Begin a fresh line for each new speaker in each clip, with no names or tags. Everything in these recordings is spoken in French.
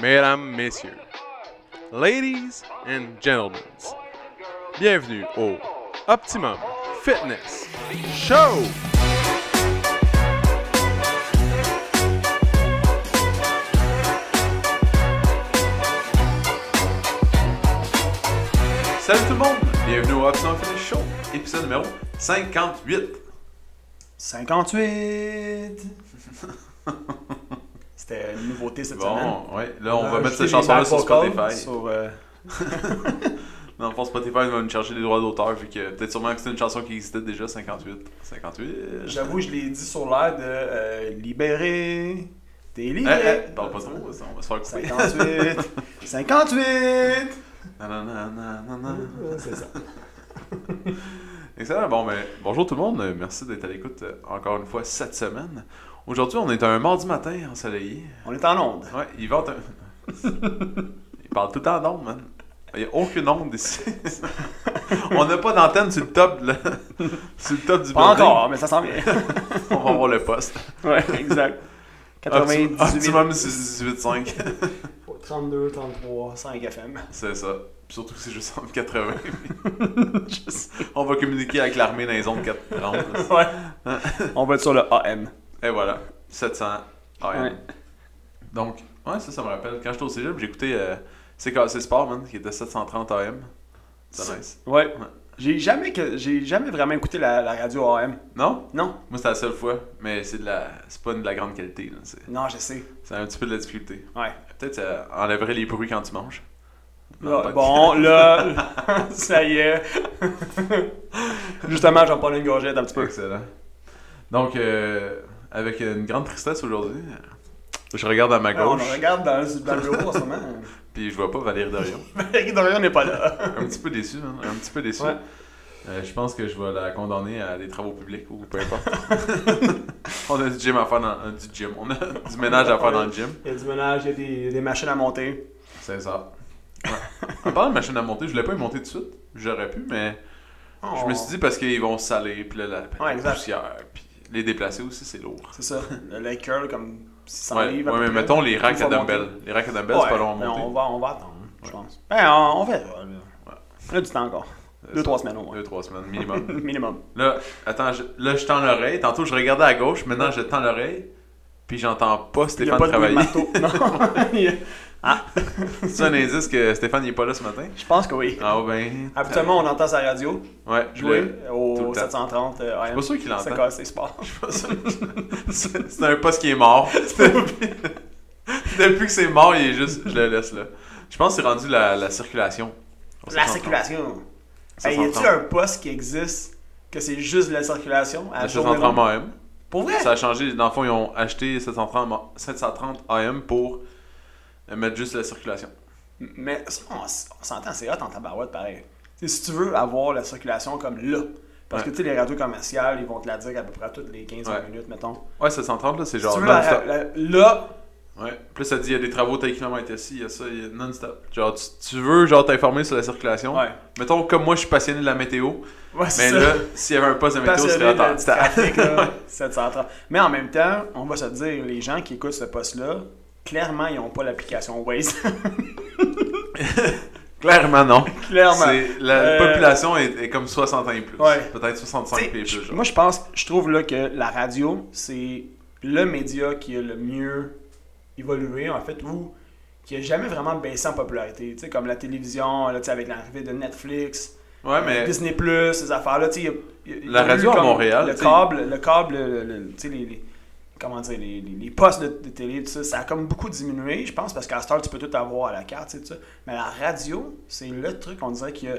mesdames, messieurs, ladies and gentlemen, bienvenue au Optimum Fitness Show! Salut tout le monde, bienvenue au Optimum Fitness Show, épisode numéro 58.
58! C'était une nouveauté cette semaine. Euh,
Bon, ouais, là on
a
va mettre
ajouté
cette chanson-là
les
sur
vocals
Spotify.
sur, euh,
Non, pas Spotify va nous chercher les droits d'auteur, vu que peut-être sûrement que c'est une chanson qui existait déjà, 58. 58.
J'avoue, je l'ai dit sur l'air de euh, Libéré. T'es
Eh,
libre!
eh, parle pas trop, ça, on va se faire couper.
58! 58!
Nananananana.
C'est ça.
Excellent, bon, ben, bonjour tout le monde, euh, merci d'être à l'écoute euh, encore une fois cette semaine. Aujourd'hui, on est un mardi matin ensoleillé.
On est en onde.
Ouais, il vente un. il parle tout le temps d'onde, man. Il n'y a aucune onde ici. on n'a pas d'antenne sur le top, de la- sur le top du
Pas
building.
encore, mais ça s'en vient.
On va voir le poste.
ouais, exact.
Ah,
98.
Optimum 685.
32, 33, 5 FM.
C'est ça. Puis surtout que c'est juste en 80. Juste- on va communiquer avec l'armée dans les zones 430. là.
Ouais. On va être sur le AM.
Et voilà. 700 AM.
Ouais.
Donc, ouais, ça, ça me rappelle. Quand j'étais au cégep, j'écoutais euh, CKC Sport, man, qui était 730 AM. C'est
C'est-
nice.
Ouais. J'ai jamais, que- j'ai jamais vraiment écouté la, la radio AM.
Non?
Non?
Moi, c'était la seule fois. Mais c'est de la... c'est pas de la grande qualité. là. C'est...
Non, je sais.
c'est un petit peu de la difficulté.
Ouais.
Peut-être ça enlèverait les bruits quand tu manges. Non,
Là,
pas-
bon, là, ça y est. Justement, j'en prends une gorgette un petit peu.
Excellent. Donc, euh, avec une grande tristesse aujourd'hui, euh, je regarde à ma
Ah, On
gauche,
regarde dans, le- dans le bureau en ce moment.
puis je vois pas Valérie Dorion.
Valérie Dorion n'est pas là.
un petit peu déçu, hein, un petit peu déçu.
Ouais.
Euh, je pense que je vais la condamner à des travaux publics ou peu importe. on a du gym à faire dans euh, du gym, on a du ménage à faire dans le gym.
Il y a du ménage, il y a des, des machines à monter.
C'est ça. Ouais. En parlant de machine à monter, je voulais pas y monter tout de suite. J'aurais pu, mais je me suis dit parce qu'ils vont se saler, puis là, la, la
Ouais, exact.
poussière, puis les déplacer aussi, c'est lourd.
C'est ça, le le curl comme 600
Ouais,
livres. à
ouais,
peu
mais
près.
mettons les
Une
racks à
fois monté.
dumbbell. Les racks à dumbbell,
Ouais,
c'est pas long à
mais
monter.
On va, on va attendre, je
Ouais.
pense. Ben, on, on verra. là. On a du temps encore.
C'est
Deux,
Euh, ça. euh,
trois semaines au moins.
Deux, trois semaines minimum.
Minimum.
là, attends, je, là, je tends l'oreille. Tantôt, je regardais à gauche. Maintenant, je tends l'oreille. Puis, j'entends pas
Il n'y
Stéphane
a pas de bruit de
travailler.
marteau. Non. Il y a-
C'est un indice que Stéphane n'est pas là ce matin.
Je pense que oui.
Ah, ben.
Habituellement, on entend sa radio
Ouais, je
jouer
l'ai. tout le
au
temps.
730 euh, AM.
Pas sûr qu'il
C'est
l'entend.
quoi, c'est sport.
Je suis pas sûr. C'est c'est un poste qui est mort. Depuis, depuis que c'est mort, il est juste. Je le laisse là. Je pense que c'est rendu la, la circulation.
La circulation. Hey, y a-t-il
730.
un poste qui existe que c'est juste la circulation à
La
journée longue?
730 AM.
Pour vrai?
Ça a changé. Dans le fond, ils ont acheté 730, ma- 730 AM pour euh, mettre juste la circulation.
Mais ça, on, s- on s'entend, c'est hot en tabarouette pareil. T'sais, si tu veux avoir la circulation comme là, parce
Ouais.
que tu sais, les radios commerciales, ils vont te la dire à peu près toutes les 15
Ouais.
minutes, mettons.
Ouais, 730, là, c'est genre
si tu veux la-
non-stop.
la- là,
Ouais. Puis là, ça dit, il y a des travaux, tel kilomètre assis, il y a ça, il y a non-stop. Genre, tu, tu veux, genre, t'informer sur la circulation.
ouais.
Mettons, comme moi, je suis passionné de la météo,
Ouais, c'est
mais
ça.
là, s'il y avait un poste de météo,
Passionné
serait
de
à temps.
trafic, là, 730. Mais en même temps, on va se dire, les gens qui écoutent ce poste-là, clairement, ils n'ont pas l'application Waze.
Clairement, non.
clairement.
C'est- La
Euh,
population est, est comme 60 ans et plus.
Ouais.
Peut-être 65 et
T'sais,
plus,
je-
genre.
moi, je pense, je trouve là que la radio, c'est le média qui a le mieux évolué, en fait, ou qui a jamais vraiment baissé en popularité. Tu sais, comme la télévision, là, tu sais, avec l'arrivée de Netflix,
Ouais, mais.
Disney+, ces affaires-là, tu sais, il y a- il y a-
La
il y a
radio
eu
à
comme
Montréal,
Le
tu sais.
câble, le câble, le- le- tu sais, les... les- Comment dire, les, les- les postes de, de télé, tout ça, ça a comme beaucoup diminué, je pense, parce qu'à cette heure, tu peux tout avoir à la carte, tu sais, tout ça. Mais la radio, c'est le truc, on dirait, qui a,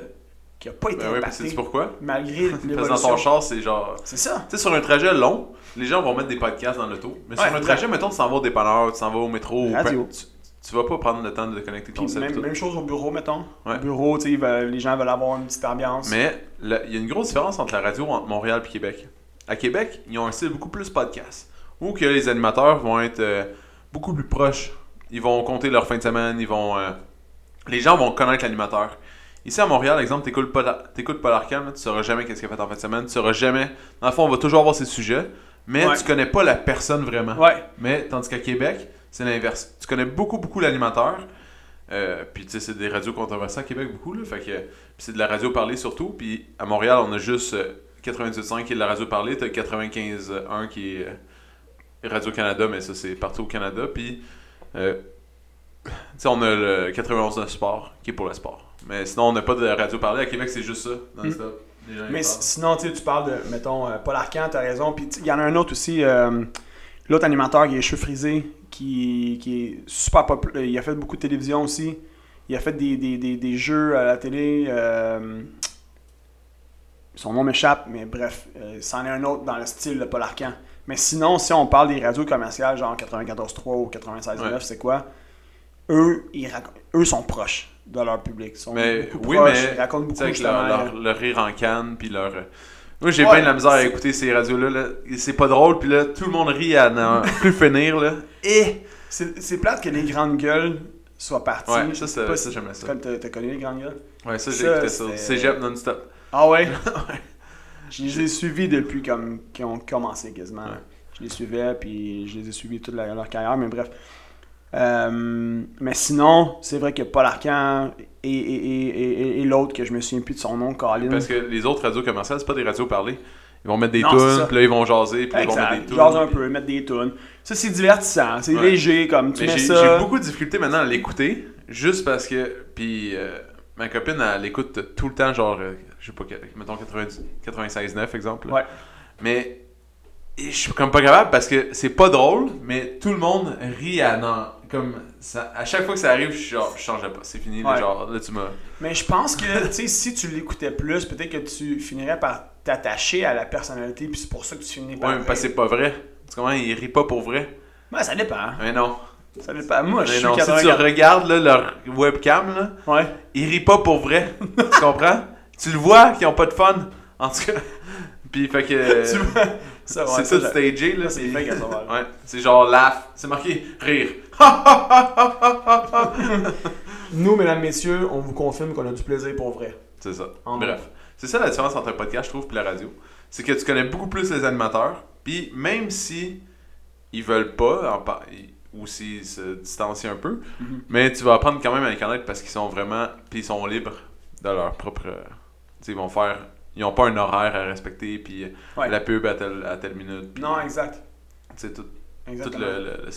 qui a pas été
Ben ouais, puis
impacté,
sais-tu pourquoi?
malgré
Parce que dans ton
l'évolution.
char, c'est genre.
C'est ça.
Tu sais, sur un trajet long, les gens vont mettre des podcasts dans l'auto. Mais sur
Ouais,
un
exact.
trajet, mettons, tu s'en vas au dépanneur, tu s'en vas au métro, ou
Radio.
peu- tu, tu vas pas prendre le temps de connecter ton
Puis
cell.
même,
tout.
même chose au bureau, mettons.
Ouais.
Au bureau, tu sais, ils veulent- les gens veulent avoir une petite ambiance.
Mais la- il y a une grosse différence entre la radio entre Montréal et Québec. À Québec, ils ont un style beaucoup plus podcast. Où que les animateurs vont être euh, beaucoup plus proches. Ils vont compter leur fin de semaine, ils vont. euh, les gens vont connaître l'animateur. Ici à Montréal, exemple, t'écoutes Polar- t'écoutes Paul Arcand, là, tu sauras jamais qu'est-ce qu'il a fait en fin de semaine, tu sauras jamais. Dans le fond, on va toujours avoir ces sujets, mais
Ouais.
tu connais pas la personne vraiment.
Ouais.
Mais tandis qu'à Québec, c'est l'inverse. Tu connais beaucoup, beaucoup l'animateur. Euh, puis tu sais, c'est des radios controversées à Québec beaucoup, là. Fait que puis c'est de la radio parlée surtout. Puis à Montréal, on a juste euh, 98.5 qui est de la radio parlée, t'as 95.1 qui est euh, Radio-Canada, mais ça c'est partout au Canada. Puis euh, tu sais, on a le 91 sport qui est pour le sport. Mais sinon, on n'a pas de radio parlée. À Québec, c'est juste ça, dans le
Mm.
stop. Les gens, ils
Mais
parlent.
si- sinon, tu sais, tu parles de, mettons, euh, Paul Arcand, t'as raison. Puis tu- il y en a un autre aussi, euh, l'autre animateur qui a les cheveux frisés, qui, qui est super populaire. Il a fait beaucoup de télévision aussi. Il a fait des, des, des, des jeux à la télé. euh, son nom m'échappe, mais bref, euh, c'en est un autre dans le style de Paul Arcand. Mais sinon, si on parle des radios commerciales, genre 94.3 ou 96.9,
Ouais.
c'est quoi eux, ils raco- eux sont proches de leur public. Ils sont
Mais
beaucoup
oui,
proches,
mais
ils racontent
tu
beaucoup
sais, avec leur,
justement, euh,
leur- leur rire en canne, puis leur. euh, Moi, j'ai
Ouais,
bien de la misère à
c'est-
écouter ces radios-là. là. C'est pas drôle, puis là, tout le monde rit à n'en plus finir, là. Et.
C'est c'est plate que les grandes gueules soient parties.
Ouais, ça, c'est-
Pas
ça,
si-
j'aimais ça.
Comme t'as t'as connu les grandes gueules?
Ouais, ça, j'ai
Ça,
écouté ça.
c'était-
Cégep non-stop.
Ah ouais? Je les ai suivis depuis comme qu'ils ont commencé quasiment.
Ouais.
Je les suivais, puis je les ai suivis toute la- leur carrière, mais bref. Euh, mais sinon, c'est vrai que Paul Arcan et, et, et, et, et- et l'autre que je me souviens plus de son nom, Colin.
Parce que les autres radios commerciales, c'est pas des radios parlées. Ils vont mettre des
Non, c'est
tunes,
ça.
puis là, ils vont jaser, puis là, ils vont mettre
Exact.
des tunes.
Ils jasent un
puis-
peu, mettre des tunes. Ça, c'est divertissant. C'est
Ouais.
léger, comme tu
Mais
mets
j'ai
ça.
j'ai beaucoup de difficultés maintenant à l'écouter, juste parce que. Puis euh, ma copine, elle écoute tout le temps, genre, euh, je sais pas, mettons 90 96.9, exemple. là.
Ouais.
Mais et je suis comme pas capable parce que c'est pas drôle, mais tout le monde rit à. Non, comme ça, à chaque fois que ça arrive, je suis genre, je change de pas, c'est fini, là,
Ouais.
genre, là, tu m'as.
Mais je pense que tu sais, si tu l'écoutais plus, peut-être que tu finirais par t'attacher à la personnalité, puis c'est pour ça que tu finis par.
Ouais, mais parce que c'est pas vrai. Tu comprends, il rit pas pour vrai.
Ouais, ça dépend. hein.
Mais non.
Ça dépend. Moi, je
Mais
suis
non, si tu
84.
regardes là, leur webcam, là,
Ouais.
ils rient pas pour vrai. tu comprends? Tu le vois qu'ils ont pas de fun. En tout cas. Puis fait que.
Tu vois, ça, ouais,
Euh, c'est
ça,
tout
j'a-
stagé là.
ça, c'est fait qu'à ce moment-là.
Ouais. C'est genre laugh. C'est marqué rire.
Nous, mesdames, messieurs, on vous confirme qu'on a du plaisir pour vrai.
C'est ça.
En
Bref. C'est ça la différence entre un podcast, je trouve, et la radio. C'est que tu connais beaucoup plus les animateurs. Puis même si ils veulent pas en par- ils- ou s'ils se distancient un peu,
Mhm.
mais tu vas apprendre quand même à les connaître parce qu'ils sont vraiment. Puis ils sont libres de leur propre. tu sais, ils vont faire. Ils ont pas un horaire à respecter, puis euh,
Ouais.
la pub à telle, à telle minute. puis,
Non, exact.
tu sais, tout, tout
Exactement.
le, le- le-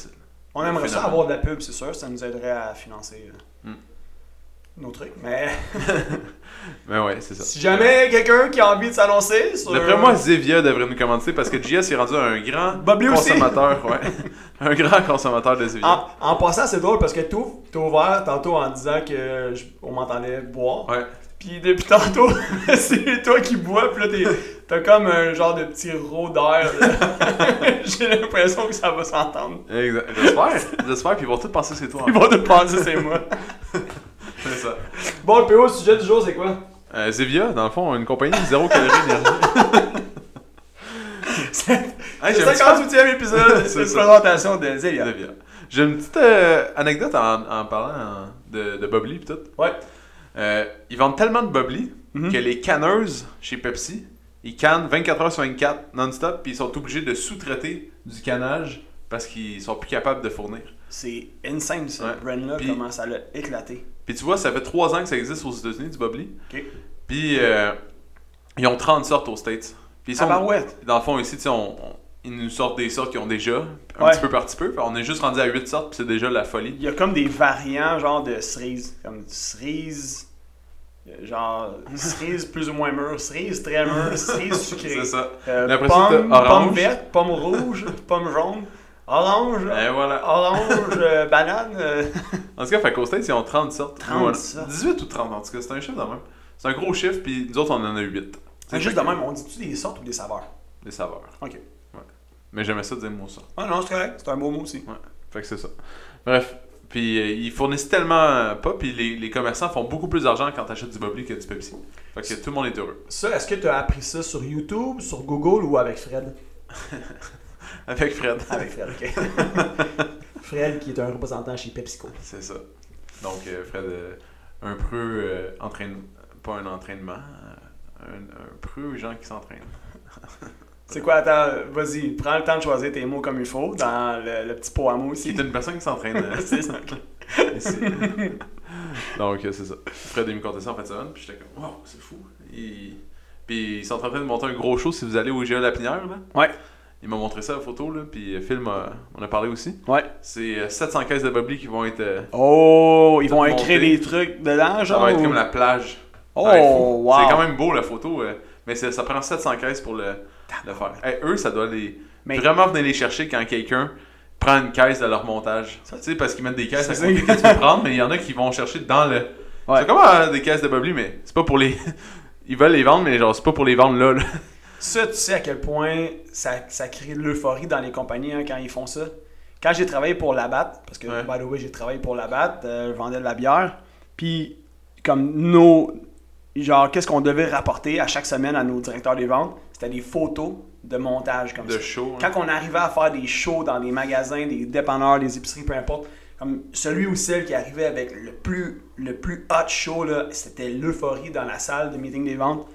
On aimerait ça
phénomène.
avoir de la pub, c'est sûr. Ça nous aiderait à financer euh,
Hmm.
nos trucs. Mais
Mais ouais, c'est ça.
si jamais quelqu'un qui a envie de s'annoncer sur.
D'après moi, Zevia devrait nous commenter parce que JS est rendu un grand
Bob Lee aussi.
consommateur. Ouais. un grand consommateur de Zevia.
En, en passant, c'est drôle parce que tout, t'as ouvert tantôt en disant que je- on m'entendait boire.
Ouais.
Puis depuis tantôt, c'est toi qui bois, puis là, t'es- t'as comme un genre de petit rot d'air. là. J'ai l'impression que ça va s'entendre.
Exact. J'espère. J'espère. Puis ils vont tous penser que c'est toi. en
Ils vont te penser, c'est moi.
fait. C'est ça.
Bon, le PO, sujet du jour, c'est quoi
Euh, Zevia, dans le fond, une compagnie de zéro calorie d'énergie.
C'est
Hey,
le
j'ai un petit peu-
58e épisode,
C'est
c'est une
ça.
présentation de Zélia.
Zevia. J'ai une petite euh, anecdote en, en parlant en- de, de Bob Lee pis tout.
Ouais.
Euh, ils vendent tellement de Bob Lee
Mhm.
que les canneuses chez Pepsi, ils cannent 24 heures sur 24 non-stop, puis ils sont obligés de sous-traiter du cannage parce qu'ils sont plus capables de fournir.
C'est insane, ce
Ouais.
brand-là,
Puis-
comment ça l'a éclaté.
Puis tu vois, ça fait 3 ans que ça existe aux États-Unis, du Bob Lee.
Ok.
Puis euh, ils ont 30 sortes aux States. Puis ils sont,
Tabarouette.
dans le fond, ici, tu sais, on- on- ils nous sortent des sortes qu'ils ont déjà, un
Ouais.
petit peu par petit peu. Puis on est juste rendu à 8 sortes, puis c'est déjà la folie.
Il y a comme des variants, genre de cerise. Comme cerise. euh, Genre cerise plus ou moins mûre, cerise très mûre, cerise sucrée.
C'est ça.
Euh,
Après ça,
pomme,
t'as orange.
pomme verte, pomme rouge, pomme jaune, orange,
Et voilà.
orange, euh, banane. euh,
En tout cas, fait qu'aux States, ils ont 30 sortes.
30
Nous, on a-
sortes.
18 ou 30, en tout cas, c'est un chiffre quand même. C'est un gros chiffre, puis nous autres, on en a 8.
C'est Ah, juste de même, on dit-tu des sortes ou des saveurs
Des saveurs.
Ok.
Mais j'aimais ça dire le mot sort.
Ah non, c'est correct, c'est un beau mot aussi.
Fait que c'est ça. Bref. Puis euh, ils fournissent tellement euh, pas, puis les, les commerçants font beaucoup plus d'argent quand t'achètes du Bob Lee que du Pepsi. Fait que tout le monde est heureux.
Ça, est-ce que tu as appris ça sur YouTube, sur Google ou avec Fred
Avec Fred.
Avec Fred, ok. Fred qui est un représentant chez PepsiCo.
C'est ça. Donc, euh, Fred, euh, un preux euh, entraîne... Pas un entraînement. euh, un, un preux gens qui s'entraînent.
C'est quoi, attends, vas-y, prends le temps de choisir tes mots comme il faut dans le, le petit pot à mots
Qui
aussi.
est une personne qui s'entraîne. euh,
C'est ça.
ici. Donc, euh, c'est ça. Fred il me contait ça en fin de semaine, puis j'étais comme, wow, c'est fou. Il- Puis ils sont en train de monter un gros show si vous allez au Géo Lapinière, là.
Ouais.
Il m'a montré ça la photo, là, puis euh, Phil, m'a- on a parlé aussi.
Ouais.
C'est euh, 700 caisses de Bobli qui vont être. euh,
Oh, ils vont
Monter.
écrire des trucs dedans,
ça
genre.
va être
ou-
comme la plage. Ça va être
Oh,
fou.
wow.
C'est quand même beau la photo, euh, mais c'est- ça prend 700 caisses pour le, le faire. Hey, eux, ça doit les.
Mais-
Vraiment venir les chercher quand quelqu'un prend une caisse de leur montage. Tu sais, parce qu'ils mettent des caisses à
C'est
côté que tu peux prendre, mais il y en a qui vont chercher dans le.
Ouais.
C'est comme euh, des caisses de Bobli, mais c'est pas pour les. Ils veulent les vendre, mais genre, c'est pas pour les vendre là. là.
Ça, tu sais à quel point ça, ça crée de l'euphorie dans les compagnies hein, quand ils font ça. Quand j'ai travaillé pour Labatt, parce que,
Ouais.
by the way, j'ai travaillé pour Labatt, euh, je vendais de la bière, puis comme nos... Genre, qu'est-ce qu'on devait rapporter à chaque semaine à nos directeurs des ventes? C'était des photos de montage comme
De
ça.
show. hein.
Quand on arrivait à faire des shows dans des magasins, des dépanneurs, des épiceries, peu importe, comme celui ou celle qui arrivait avec le plus, le plus hot show, là, c'était l'euphorie dans la salle de meeting des ventes.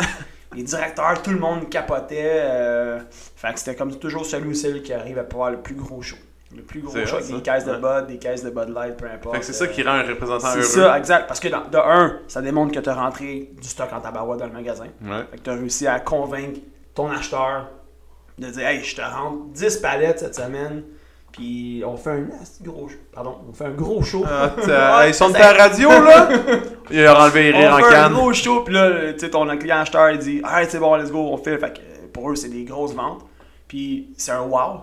Les directeurs, tout le monde capotait. euh, fait que c'était comme toujours celui ou celle qui arrive à pouvoir le plus gros show. Le plus gros
C'est vrai,
show avec des
ça.
caisses de
Ouais.
Bud, des caisses de Bud Light, peu importe.
Fait que c'est ça
euh,
qui rend un représentant
C'est
heureux.
ça, exact. Parce que dans- de un, ça démontre que tu as rentré du stock en tabarouette dans le magasin.
Ouais.
Fait que tu as réussi à convaincre ton acheteur de dire Hey, je te rentre 10 palettes cette semaine, puis on fait un asti gros show. Pardon, on fait un gros show.
Ah, t'as-
Ouais,
ils sont de
ça-
ta radio là Il a enlevé les
on
rires en
fait un
canne.
gros show, puis là, tu sais, ton client acheteur, il dit Alright, c'est bon, let's go, on fait. Fait que euh, pour eux, c'est des grosses ventes. Puis c'est un wow.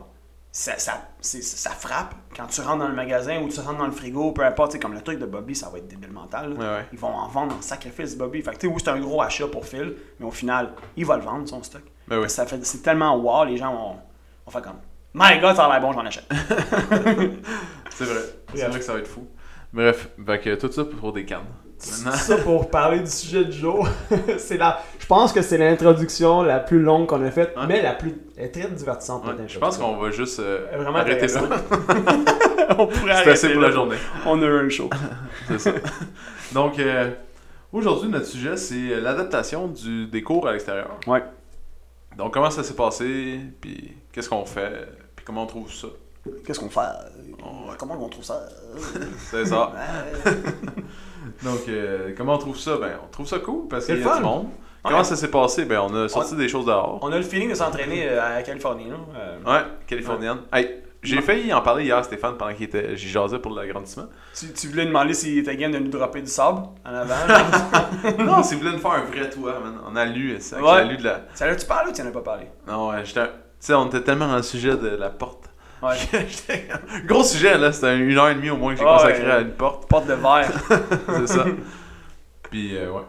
Ça, ça, c'est- ça frappe quand tu rentres dans le magasin ou tu rentres dans le frigo, peu importe. tu sais, Comme le truc de Bobby, ça va être débile mental. là.
Ouais, ouais.
Ils vont en vendre en sacrifice, Bobby. Fait que, tu sais, oui, c'est un gros achat pour Phil, mais au final, il va le vendre, son stock.
Ben oui.
Parce que ça fait- C'est tellement wow, les gens vont, vont faire comme My God, ça a l'air bon, j'en achète.
C'est vrai. C'est
Bref.
vrai que ça va être fou. Bref, fait que tout ça pour des cannes. Maintenant,
ça pour parler du sujet du jour. c'est la, je pense que c'est l'introduction la plus longue qu'on a faite,
Ouais.
mais la plus elle est très divertissante.
ouais,
peut-être,
je pense qu'on va juste euh,
Vraiment
arrêter ça.
intéressant. on pourrait
C'est assez
arrêter
pour
là.
la journée.
On a eu un show.
C'est ça. Donc, euh, aujourd'hui, notre sujet, c'est euh, l'adaptation du, des cours à l'extérieur.
Ouais.
Donc, comment ça s'est passé, puis qu'est-ce qu'on fait, puis comment on trouve ça.
Qu'est-ce qu'on fait Comment on trouve ça
C'est ça. Donc, euh, comment on trouve ça? Ben, on trouve ça cool parce
C'est
qu'il y
le
a
fun.
du monde. Comment
Ouais.
ça s'est passé? Ben, on a sorti des choses dehors.
On a le feeling de s'entraîner euh, à la Californie. là. Euh,
Ouais, californienne. Hey, j'ai
Ouais.
failli en parler hier, Stéphane, pendant qu'il était... J'y jasais pour l'agrandissement.
tu, tu voulais demander s'il était game de nous dropper du sable en avant. genre.
non, si vous voulez me faire un vrai toit, man. On a lu, c'est
Ouais.
vrai lu de la...
Ça là, tu parles ou tu n'en as pas parlé
Non, ouais, j'étais... un- Tu sais, on était tellement dans le sujet de la porte.
Ouais.
J'étais- Gros sujet, là. C'était une heure et demie au moins que j'ai
Ah,
consacré
ouais.
à une porte.
Porte de verre.
C'est ça. Puis, euh, ouais.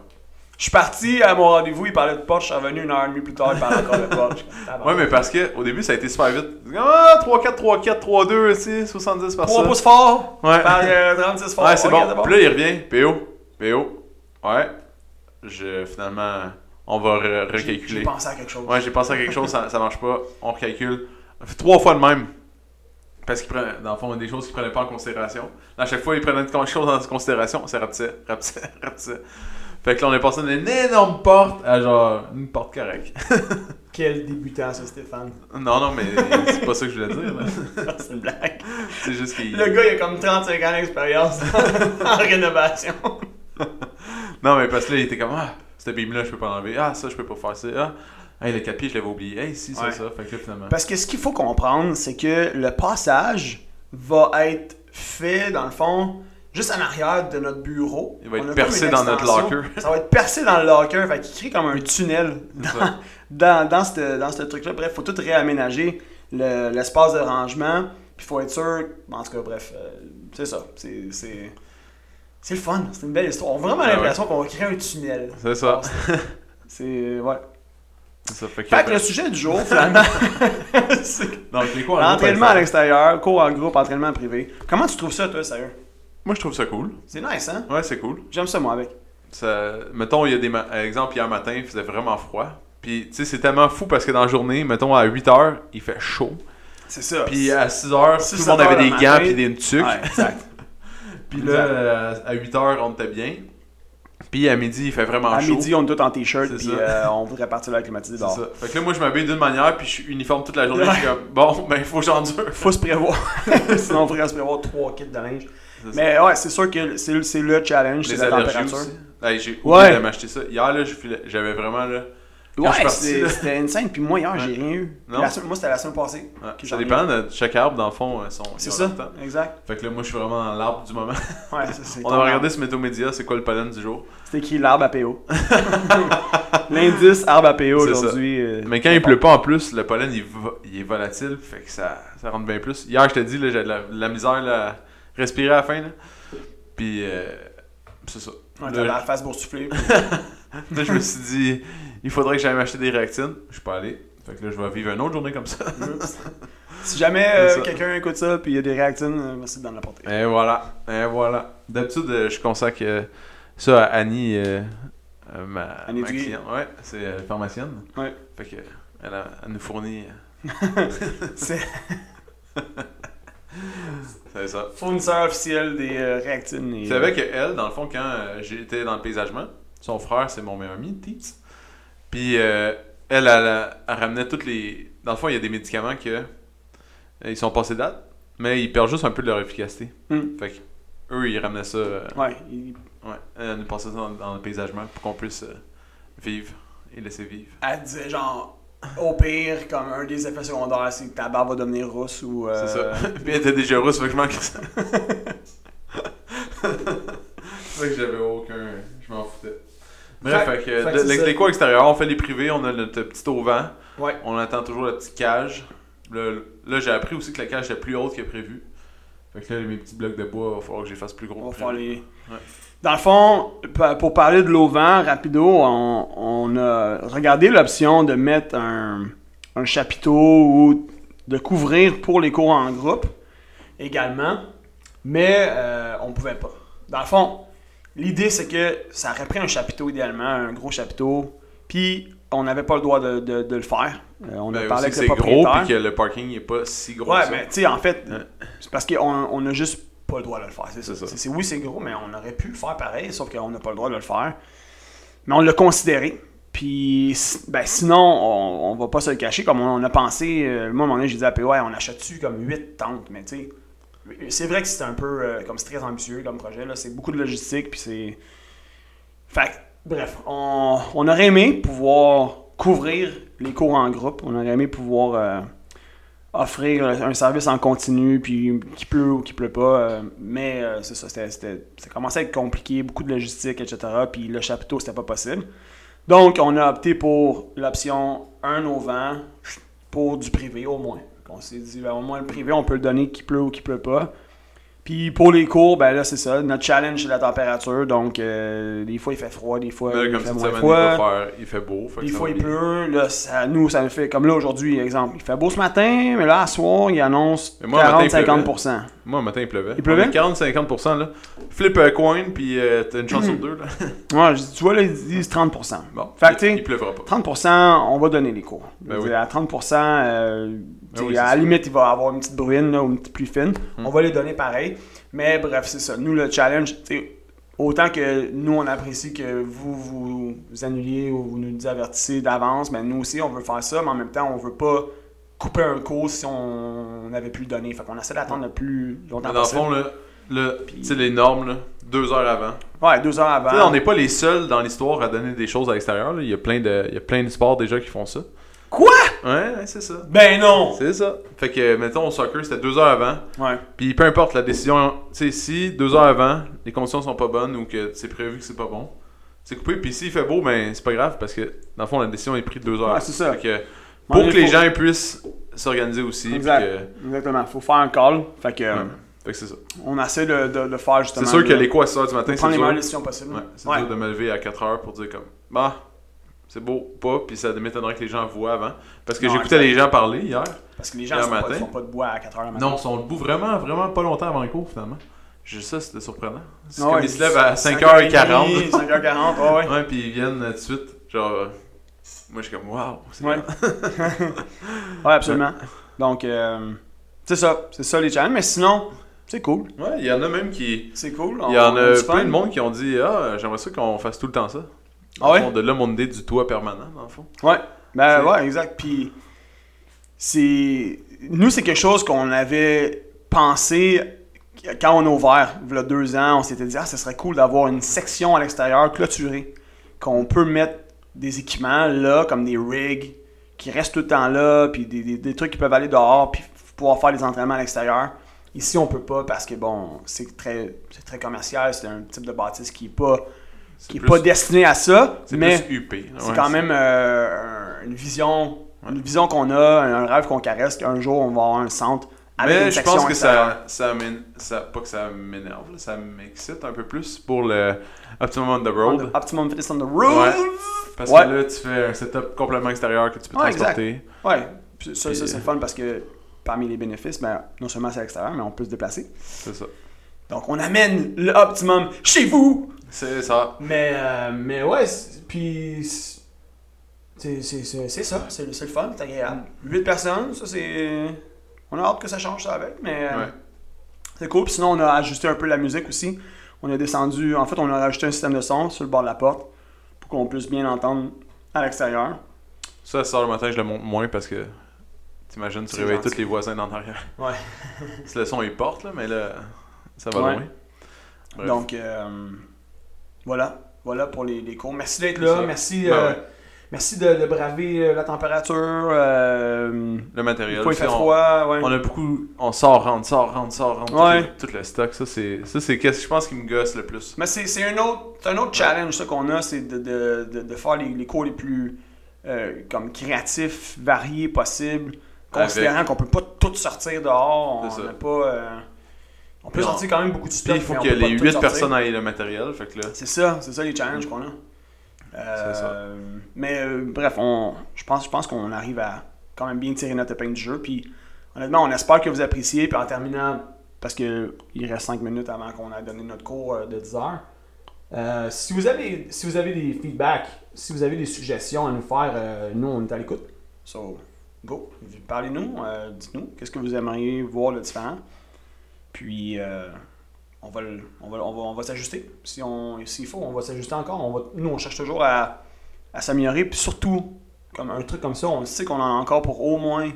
Je suis parti à mon rendez-vous, il parlait de Porsche, je suis revenu une heure et demie plus tard, il parlait encore de Porsche.
Ouais, mais parce que au début, ça a été super vite. Ah, 3-4, 3-4, 3-2, tu sais, 70 par
3
ça.
pouces fort
Ouais.
par euh, 36 fort.
Ouais, c'est
Ok,
bon. Puis là, il revient. PO. PO. Ouais. Je, finalement, on va re-
J'ai j'ai
recalculer.
pensé à quelque chose.
Ouais, j'ai pensé à quelque chose, ça, ça marche pas. On recalcule. Trois fois de même. Parce qu'il prenait, dans le fond, des choses qu'il prenait pas en considération. Là, à chaque fois, il prenait quelque chose en considération. Ça rapetissait, rapetissait, rapetissait. Fait que là, on est passé d'une énorme porte à genre une porte correcte.
Quel débutant, ce Stéphane.
non, non, mais c'est pas ça que je voulais dire. là.
c'est une blague.
C'est juste qu'il.
Le gars, il a comme 35 ans d'expérience en rénovation.
Non, mais parce que là, il était comme Ah, cette bim-là, je peux pas l'enlever. Ah, ça, je peux pas faire ça. Ah, hey, le capi, je l'avais oublié. Hey, si, c'est
Ouais.
ça. Fait que là, finalement.
Parce que ce qu'il faut comprendre, c'est que le passage va être fait, dans le fond, juste en arrière de notre bureau.
Il va être
On a comme
percé
une
dans notre
extension.
locker.
Ça va être percé dans le locker, fait qu'il crée comme un tunnel
C'est
dans,
ça.
dans, dans ce dans ce truc-là. Bref, faut tout réaménager, le- l'espace de rangement, puis faut être sûr... En tout cas, bref, euh, c'est ça. C'est... c'est- C'est le fun, c'est une belle histoire. On a vraiment
Ah ouais.
l'impression qu'on va créer un tunnel.
C'est ça.
C'est... euh, Ouais.
C'est ça. Fait que. ben,
Fait que le sujet du jour, finalement, c'est
Non, je l'ai quoi, en
L'entraînement
groupe,
à l'extérieur, cours en groupe, entraînement privé. Comment tu trouves ça, toi, sérieux?
Moi, je trouve ça cool.
C'est nice, hein?
Ouais, c'est cool.
J'aime ça, moi, avec.
Ça, mettons, il y a des. ma- Exemple, hier matin, il faisait vraiment froid. Puis, tu sais, c'est tellement fou parce que dans la journée, mettons, à 8 h, il fait chaud.
C'est ça.
Puis euh, à 6 h, tout
Six,
le
sept
monde avait
heures
des
le
gants
matin.
puis des tuques.
exact.
Puis là, euh, à 8 h, on était bien. Puis à midi, il fait vraiment
À
chaud.
midi, on est tous en t-shirt,
C'est
puis
ça.
euh, on voudrait partir là climatisé
c'est
dehors.
ça. Fait que là, moi, je m'habille d'une manière, puis je suis uniforme toute la journée. Je suis comme, bon, ben, il faut que j'endure.
Faut se prévoir. Sinon, on pourrait se prévoir trois kits de linge.
C'est ça.
Mais ouais, c'est sûr que c'est le- c'est le challenge, c'est
les
la
allergies
température.
aussi. Hey, j'ai oublié
Ouais.
de m'acheter ça. Hier, là, je filais- j'avais vraiment, là... Quand je suis
Ouais,
parti,
c'est-
là.
c'était une scène, puis moi, hier, j'ai
Ouais.
rien eu.
Non?
La semaine- moi, c'était la semaine passée.
ouais,
que
ça
j'en ai.
dépend de chaque arbre, dans le fond, euh, son, ils
C'est
ont
ça,
leur temps.
exact.
Fait que là, moi, je suis vraiment dans l'arbre du moment.
Ouais, ça, c'est
On
ton
a regardé ce métomédia, c'est quoi le pollen du jour.
C'était qui l'arbre à PO L'indice arbre à PO
C'est ça.
aujourd'hui. euh,
Mais quand il pleut pas en plus, le pollen il, vo- il est volatile, fait que ça, ça rentre bien plus. Hier, je te dis, là, j'ai de la, de la misère là, à respirer à la fin. Là. Puis, euh, c'est ça.
Ouais,
Là,
t'avais la face boursouflée.
là, je me suis dit, il faudrait que j'aille m'acheter des réactines. Je suis pas allé. Fait que là, je vais vivre une autre journée comme ça.
si jamais
C'est
euh,
ça.
quelqu'un écoute ça puis il y a des réactines, euh, merci de donner la portée.
Et voilà. Et voilà. D'habitude, euh, je consacre euh, ça à Annie, euh, euh, ma,
Annie
ma
Duguay.
cliente. Ouais, c'est euh, pharmacienne.
Ouais.
Fait que, elle, a- elle nous fournit. euh,
C'est
C'est ça.
fournisseur officiel des euh, réactines. et-
Tu savais qu'elle, dans le fond, quand euh, j'étais dans le paysagement, son frère, c'est mon meilleur ami, Teats. Puis euh, elle, elle, elle, elle ramenait toutes les. Dans le fond, il y a des médicaments que. euh, Ils sont passés date, mais ils perdent juste un peu de leur efficacité.
Hmm.
Fait que, eux, ils ramenaient ça. euh,
Ouais, il-
ouais, elle nous passait ça dans, dans le paysagement pour qu'on puisse euh, vivre et laisser vivre.
elle disait genre, au pire, comme un des effets secondaires, c'est que ta barbe va devenir rousse ou. euh,
C'est ça. Puis elle était déjà rousse, fait que je manque ça. c'est vrai que j'avais aucun. Je m'en foutais. Bref,
Fait-
fait, que,
fait que
de-
c'est
les,
ça.
les cours extérieurs, on fait les privés, on a notre petit auvent,
Ouais.
on attend toujours la petite cage. Là, là, j'ai appris aussi que la cage est plus haute que prévu. Fait que là, mes petits blocs de bois, il va falloir que je les fasse plus gros.
On va
que
faire
prévu.
les.
Ouais.
Dans le fond, pa- pour parler de l'auvent, rapido, on, on a regardé l'option de mettre un, un chapiteau ou de couvrir pour les cours en groupe également, mais euh, on pouvait pas. Dans le fond, l'idée c'est que ça aurait pris un chapiteau idéalement, un gros chapiteau, puis on n'avait pas le droit de, de- de le faire. Euh, on
Ben,
a
aussi
parlé
que
avec le
c'est gros,
propriétaire.
puis que le parking n'est pas si gros.
Ouais,
que ça.
mais tu sais, en fait,
Ouais.
c'est parce qu'on on a juste pas le droit de le faire, c'est ça.
C'est ça.
C'est- c'est- oui, c'est gros, mais on aurait pu le faire pareil, sauf qu'on n'a pas le droit de le faire. Mais on l'a considéré. Puis, si- ben, sinon, on, on va pas se le cacher. Comme on, on a pensé, euh, moi, à un moment donné, j'ai dit à PO, ouais, on achète-tu comme 8 tentes, mais tu sais, c'est vrai que c'est un peu, euh, comme c'est très ambitieux comme projet, là, c'est beaucoup de logistique, puis c'est... Fait que, bref, on, on aurait aimé pouvoir couvrir les cours en groupe, on aurait aimé pouvoir... euh, offrir euh, un service en continu, puis qui pleut ou qui pleut pas. euh, mais euh, c'est ça, c'était, c'était- ça commençait à être compliqué, beaucoup de logistique, etc. Puis le chapiteau, c'était pas possible. Donc, on a opté pour l'option un auvent pour du privé au moins. On s'est dit, ben, au moins le privé, on peut le donner qui pleut ou qui pleut pas. Puis pour les cours, ben là, c'est ça. Notre challenge, c'est la température. Donc, euh, des fois, il fait froid, des fois,
Là,
il
Ben, comme
fait
cette
moins
semaine,
froid.
il, va faire- il fait beau. fait que
Des
ça
fois,
va
il
bien.
pleut. Là, ça, nous, ça nous fait. Comme là, aujourd'hui, exemple, il fait beau ce matin, mais là, à soir, il annonce
Mais moi, le matin, il
40-50%.
Moi, un matin, il pleuvait.
Il pleuvait?
On est 40-50%, là. Flip un coin, puis euh, t'as une chance sur deux, là.
Ouais, je dis, tu vois, là, ils disent 30%.
Bon,
Fait que,
il-
tu sais,
il pleuvra pas.
30%, on va donner les cours.
Ben
Je veux
oui. Ben
dire, À 30%, euh, tu sais,
oui, c'est
à la
ça.
limite, il va avoir une petite bruine là, ou une petite pluie fine.
Hmm.
On va les donner pareil. Mais bref, c'est ça. Nous, le challenge, tu sais, autant que nous, on apprécie que vous vous, vous annuliez ou vous nous avertissez d'avance, mais nous aussi, on veut faire ça, mais en même temps, on veut pas couper un cours si on n'avait plus le donné. Fait qu'on essaie d'attendre le plus longtemps
Mais dans le
possible.
fond, là, là,
Puis-
tu sais, les normes, là, deux heures avant.
Ouais, deux heures avant.
Tu sais, on n'est pas les seuls dans l'histoire à donner des choses à l'extérieur. là. Il y a plein de, il y a plein de sports déjà qui font ça.
Quoi?
Ouais, ouais, c'est ça.
Ben non!
C'est ça. Fait que, mettons, au soccer, c'était deux heures avant.
Ouais.
Puis peu importe la décision, tu sais, si deux heures avant, les conditions sont pas bonnes ou que c'est prévu que c'est pas bon, c'est coupé. Puis s'il fait beau, ben c'est pas grave parce que, dans le fond, la décision est prise deux heures.
Ouais, c'est ça.
Fait que,
On
pour
est
que les
faux.
gens puissent s'organiser aussi. puis
Exact.
que-
Exactement. Faut faire un call. Fait que. euh,
Ouais. Fait que c'est ça.
On essaie de, de, de faire justement.
C'est sûr que
de-
les coups à 6 heures du matin,
prendre
c'est
les meilleures
dur.
décisions possibles.
Ouais, c'est
Ouais.
dur de me lever à 4 heures pour dire comme bah c'est beau ou pas puis ça m'étonnerait que les gens voient avant parce que
Non,
j'écoutais les gens parler hier
Parce que les gens
Hier
sont pas,
matin.
sont pas de bois à 4h le matin.
non ils sont debout vraiment vraiment pas longtemps avant le cours finalement juste ça c'était surprenant c'est
Ah
comme
ouais,
ils se lèvent à
5h30,
5h40
5h40, ouais, ouais.
ouais puis ils viennent euh, tout de suite genre euh, moi je suis comme waouh c'est
Ouais.
bien.
ouais, absolument. Donc, euh, c'est ça. C'est ça les challenges. Mais sinon, C'est cool.
Ouais, il y en a même qui.
C'est cool.
Il y en a plein de monde qui ont dit Ah, j'aimerais ça qu'on fasse tout le temps ça.
Ah ouais?
Dans le fond, De là, mon idée du toit permanent, dans le fond.
Ouais. Ben
C'est-
ouais, exact. Puis c'est nous c'est quelque chose qu'on avait pensé quand on a ouvert, il y a deux ans, on s'était dit ah ce serait cool d'avoir une section à l'extérieur clôturée qu'on peut mettre des équipements là comme des rigs qui restent tout le temps là, puis des, des- des trucs qui peuvent aller dehors, puis f- pouvoir faire les entraînements à l'extérieur. Ici on peut pas parce que bon c'est très c'est très commercial, c'est un type de bâtisse qui est pas
C'est
qui est
plus-
pas destiné à ça,
C'est
mais
plus UP.
c'est
ouais,
quand même euh, une vision,
Ouais.
une vision qu'on a, un rêve qu'on caresse qu'un jour on va avoir un centre avec
Mais
une
je
section
pense que
extérieure.
ça, ça, m'én- ça- Pas que ça m'énerve, là, ça m'excite un peu plus pour le Optimum on the Road.
Optimum Fitness on the road.
Parce
Ouais. Ah,
que là, tu fais un setup complètement extérieur que tu peux
Ouais,
transporter.
Ouais, Puis ça, ça,
Puis-
c'est le fun parce que parmi les bénéfices, ben, non seulement c'est à l'extérieur, mais on peut se déplacer.
C'est ça.
Donc on amène le Optimum chez vous.
C'est ça.
Mais, euh, mais ouais, c'est- puis c'est- c'est c'est- c'est ça, c'est le, c'est le fun, c'est agréable. 8 personnes, ça c'est... On a hâte que ça change ça avec, mais... euh,
Ouais.
C'est cool. Puis sinon, on a ajusté un peu la musique aussi. On a descendu. En fait, on a rajouté un système de son sur le bord de la porte pour qu'on puisse bien l'entendre à l'extérieur.
Ça, sort le matin, je le monte moins parce que. T'imagines, tu
C'est
réveilles
gentil.
tous les voisins d'en arrière.
Ouais.
Si le son, il porte, là, mais là, ça va
Ouais.
loin. Bref.
Donc, euh, voilà. Voilà pour les, les cours. Merci d'être
C'est
là.
ça.
Merci,
Ben
euh,
ouais.
merci de, de braver euh, la température. Euh,
le matériel.
il faut il
tu
fait
sais, on-
froid. Ouais.
On a beaucoup. On sort, rentre, sort, rentre, sort, rentre.
Ouais.
Tout, le- tout le stock. Ça, c'est ça, c'est qu'est-ce que je pense qui me gosse le plus.
Mais c'est c'est un autre, c'est un autre challenge ça, qu'on a, c'est de, de- de- de faire les, les cours les plus euh, comme créatifs, variés possibles, considérant qu'on peut pas tout sortir dehors,
C'est ça.
on n'a pas... euh, on peut
Puis on-
sortir quand même beaucoup de stuff,
Puis il faut
mais on
que
peut pas
les
tout
8
sortir.
personnes aient le matériel. Fait que là,
C'est ça, c'est ça les challenges qu'on a. Euh,
C'est ça.
Mais euh, bref, on, je pense, je pense qu'on arrive à quand même bien tirer notre épingle du jeu. Puis honnêtement, on espère que vous appréciez. Puis en terminant, parce que il reste 5 minutes avant qu'on ait donné notre cours euh, de 10 heures. euh, si, vous avez, si vous avez des feedbacks, si vous avez des suggestions à nous faire, euh, nous, on est à l'écoute. So, go, parlez-nous, euh, dites-nous qu'est-ce que vous aimeriez voir de différent. Puis, euh, on va, le- on va, on va, on va s'ajuster. Si on, s'il faut, on va s'ajuster encore. On va, nous, on cherche toujours à, à s'améliorer. Puis surtout, comme un truc comme ça, on sait qu'on en a encore pour au moins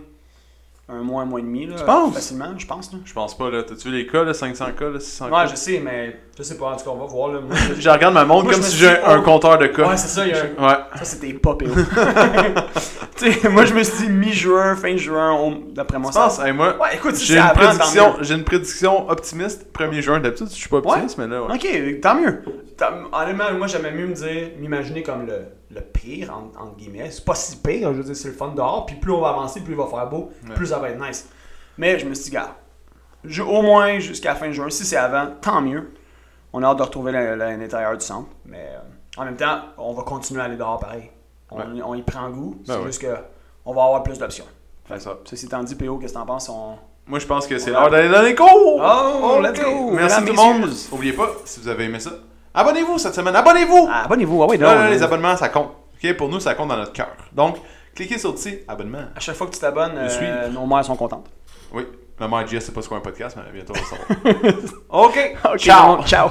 un mois, un mois et demi. Là,
Tu penses?
Facilement, je pense. Là.
je pense pas. là T'as-tu vu les cas, là, 500 cas, là, 600
Ouais,
cas
je sais, mais je sais pas. En tout cas, on va voir. Là, moi,
Je regarde ma montre
Moi,
comme
je me
si
suis
j'ai
dit,
un
oh.
compteur de cas.
ouais, c'est ça. Il y a un-
Ouais.
Ça, c'était pas PO. tu sais, moi, je me suis dit mi-juin, fin juin, on- d'après moi,
Tu
ça.
penses, hey, moi,
Ouais, écoute, si
j'ai
c'est
une,
avant, tant
prédiction-
mieux.
j'ai une prédiction optimiste 1er juin. D'habitude, je suis pas optimiste, mais là, ouais.
Ok, tant mieux. Tant- Honnêtement, moi, j'aimais mieux me dire, m'imaginer comme le, le pire, en- entre guillemets. C'est pas si pire, je veux dire, c'est le fun dehors. Puis plus on va avancer, plus il va faire beau,
Ouais.
plus ça va être nice. Mais je me suis dit, gars, je- au moins jusqu'à fin juin, si c'est avant, tant mieux. On a hâte de retrouver la- la- l'intérieur du centre. Mais euh, en même temps, on va continuer à aller dehors pareil. On,
Ouais.
on y prend goût.
Ben
c'est
ouais.
juste que on va avoir plus d'options.
Fais ça.
Ceci étant dit, PO, qu'est-ce que t'en penses? On...
Moi, je pense que c'est
On
l'heure
a-
d'aller dans les cours!
Oh, let's
Ok.
go.
Merci
Mesdames,
tout le monde!
messieurs.
Oubliez pas, si vous avez aimé ça, abonnez-vous cette semaine! Abonnez-vous!
Ah, abonnez-vous. Ah oui,
Là,
non.
là,
non.
les abonnements, ça compte. Ok, Pour nous, ça compte dans notre cœur. Donc, cliquez sur ici, abonnement.
À chaque fois que tu t'abonnes, euh,
suivre.
nos mères sont contentes.
Oui, maman et Jess, c'est pas ce qu'est un podcast, mais bientôt on va savoir.
OK.
Ciao.
bon, Ciao.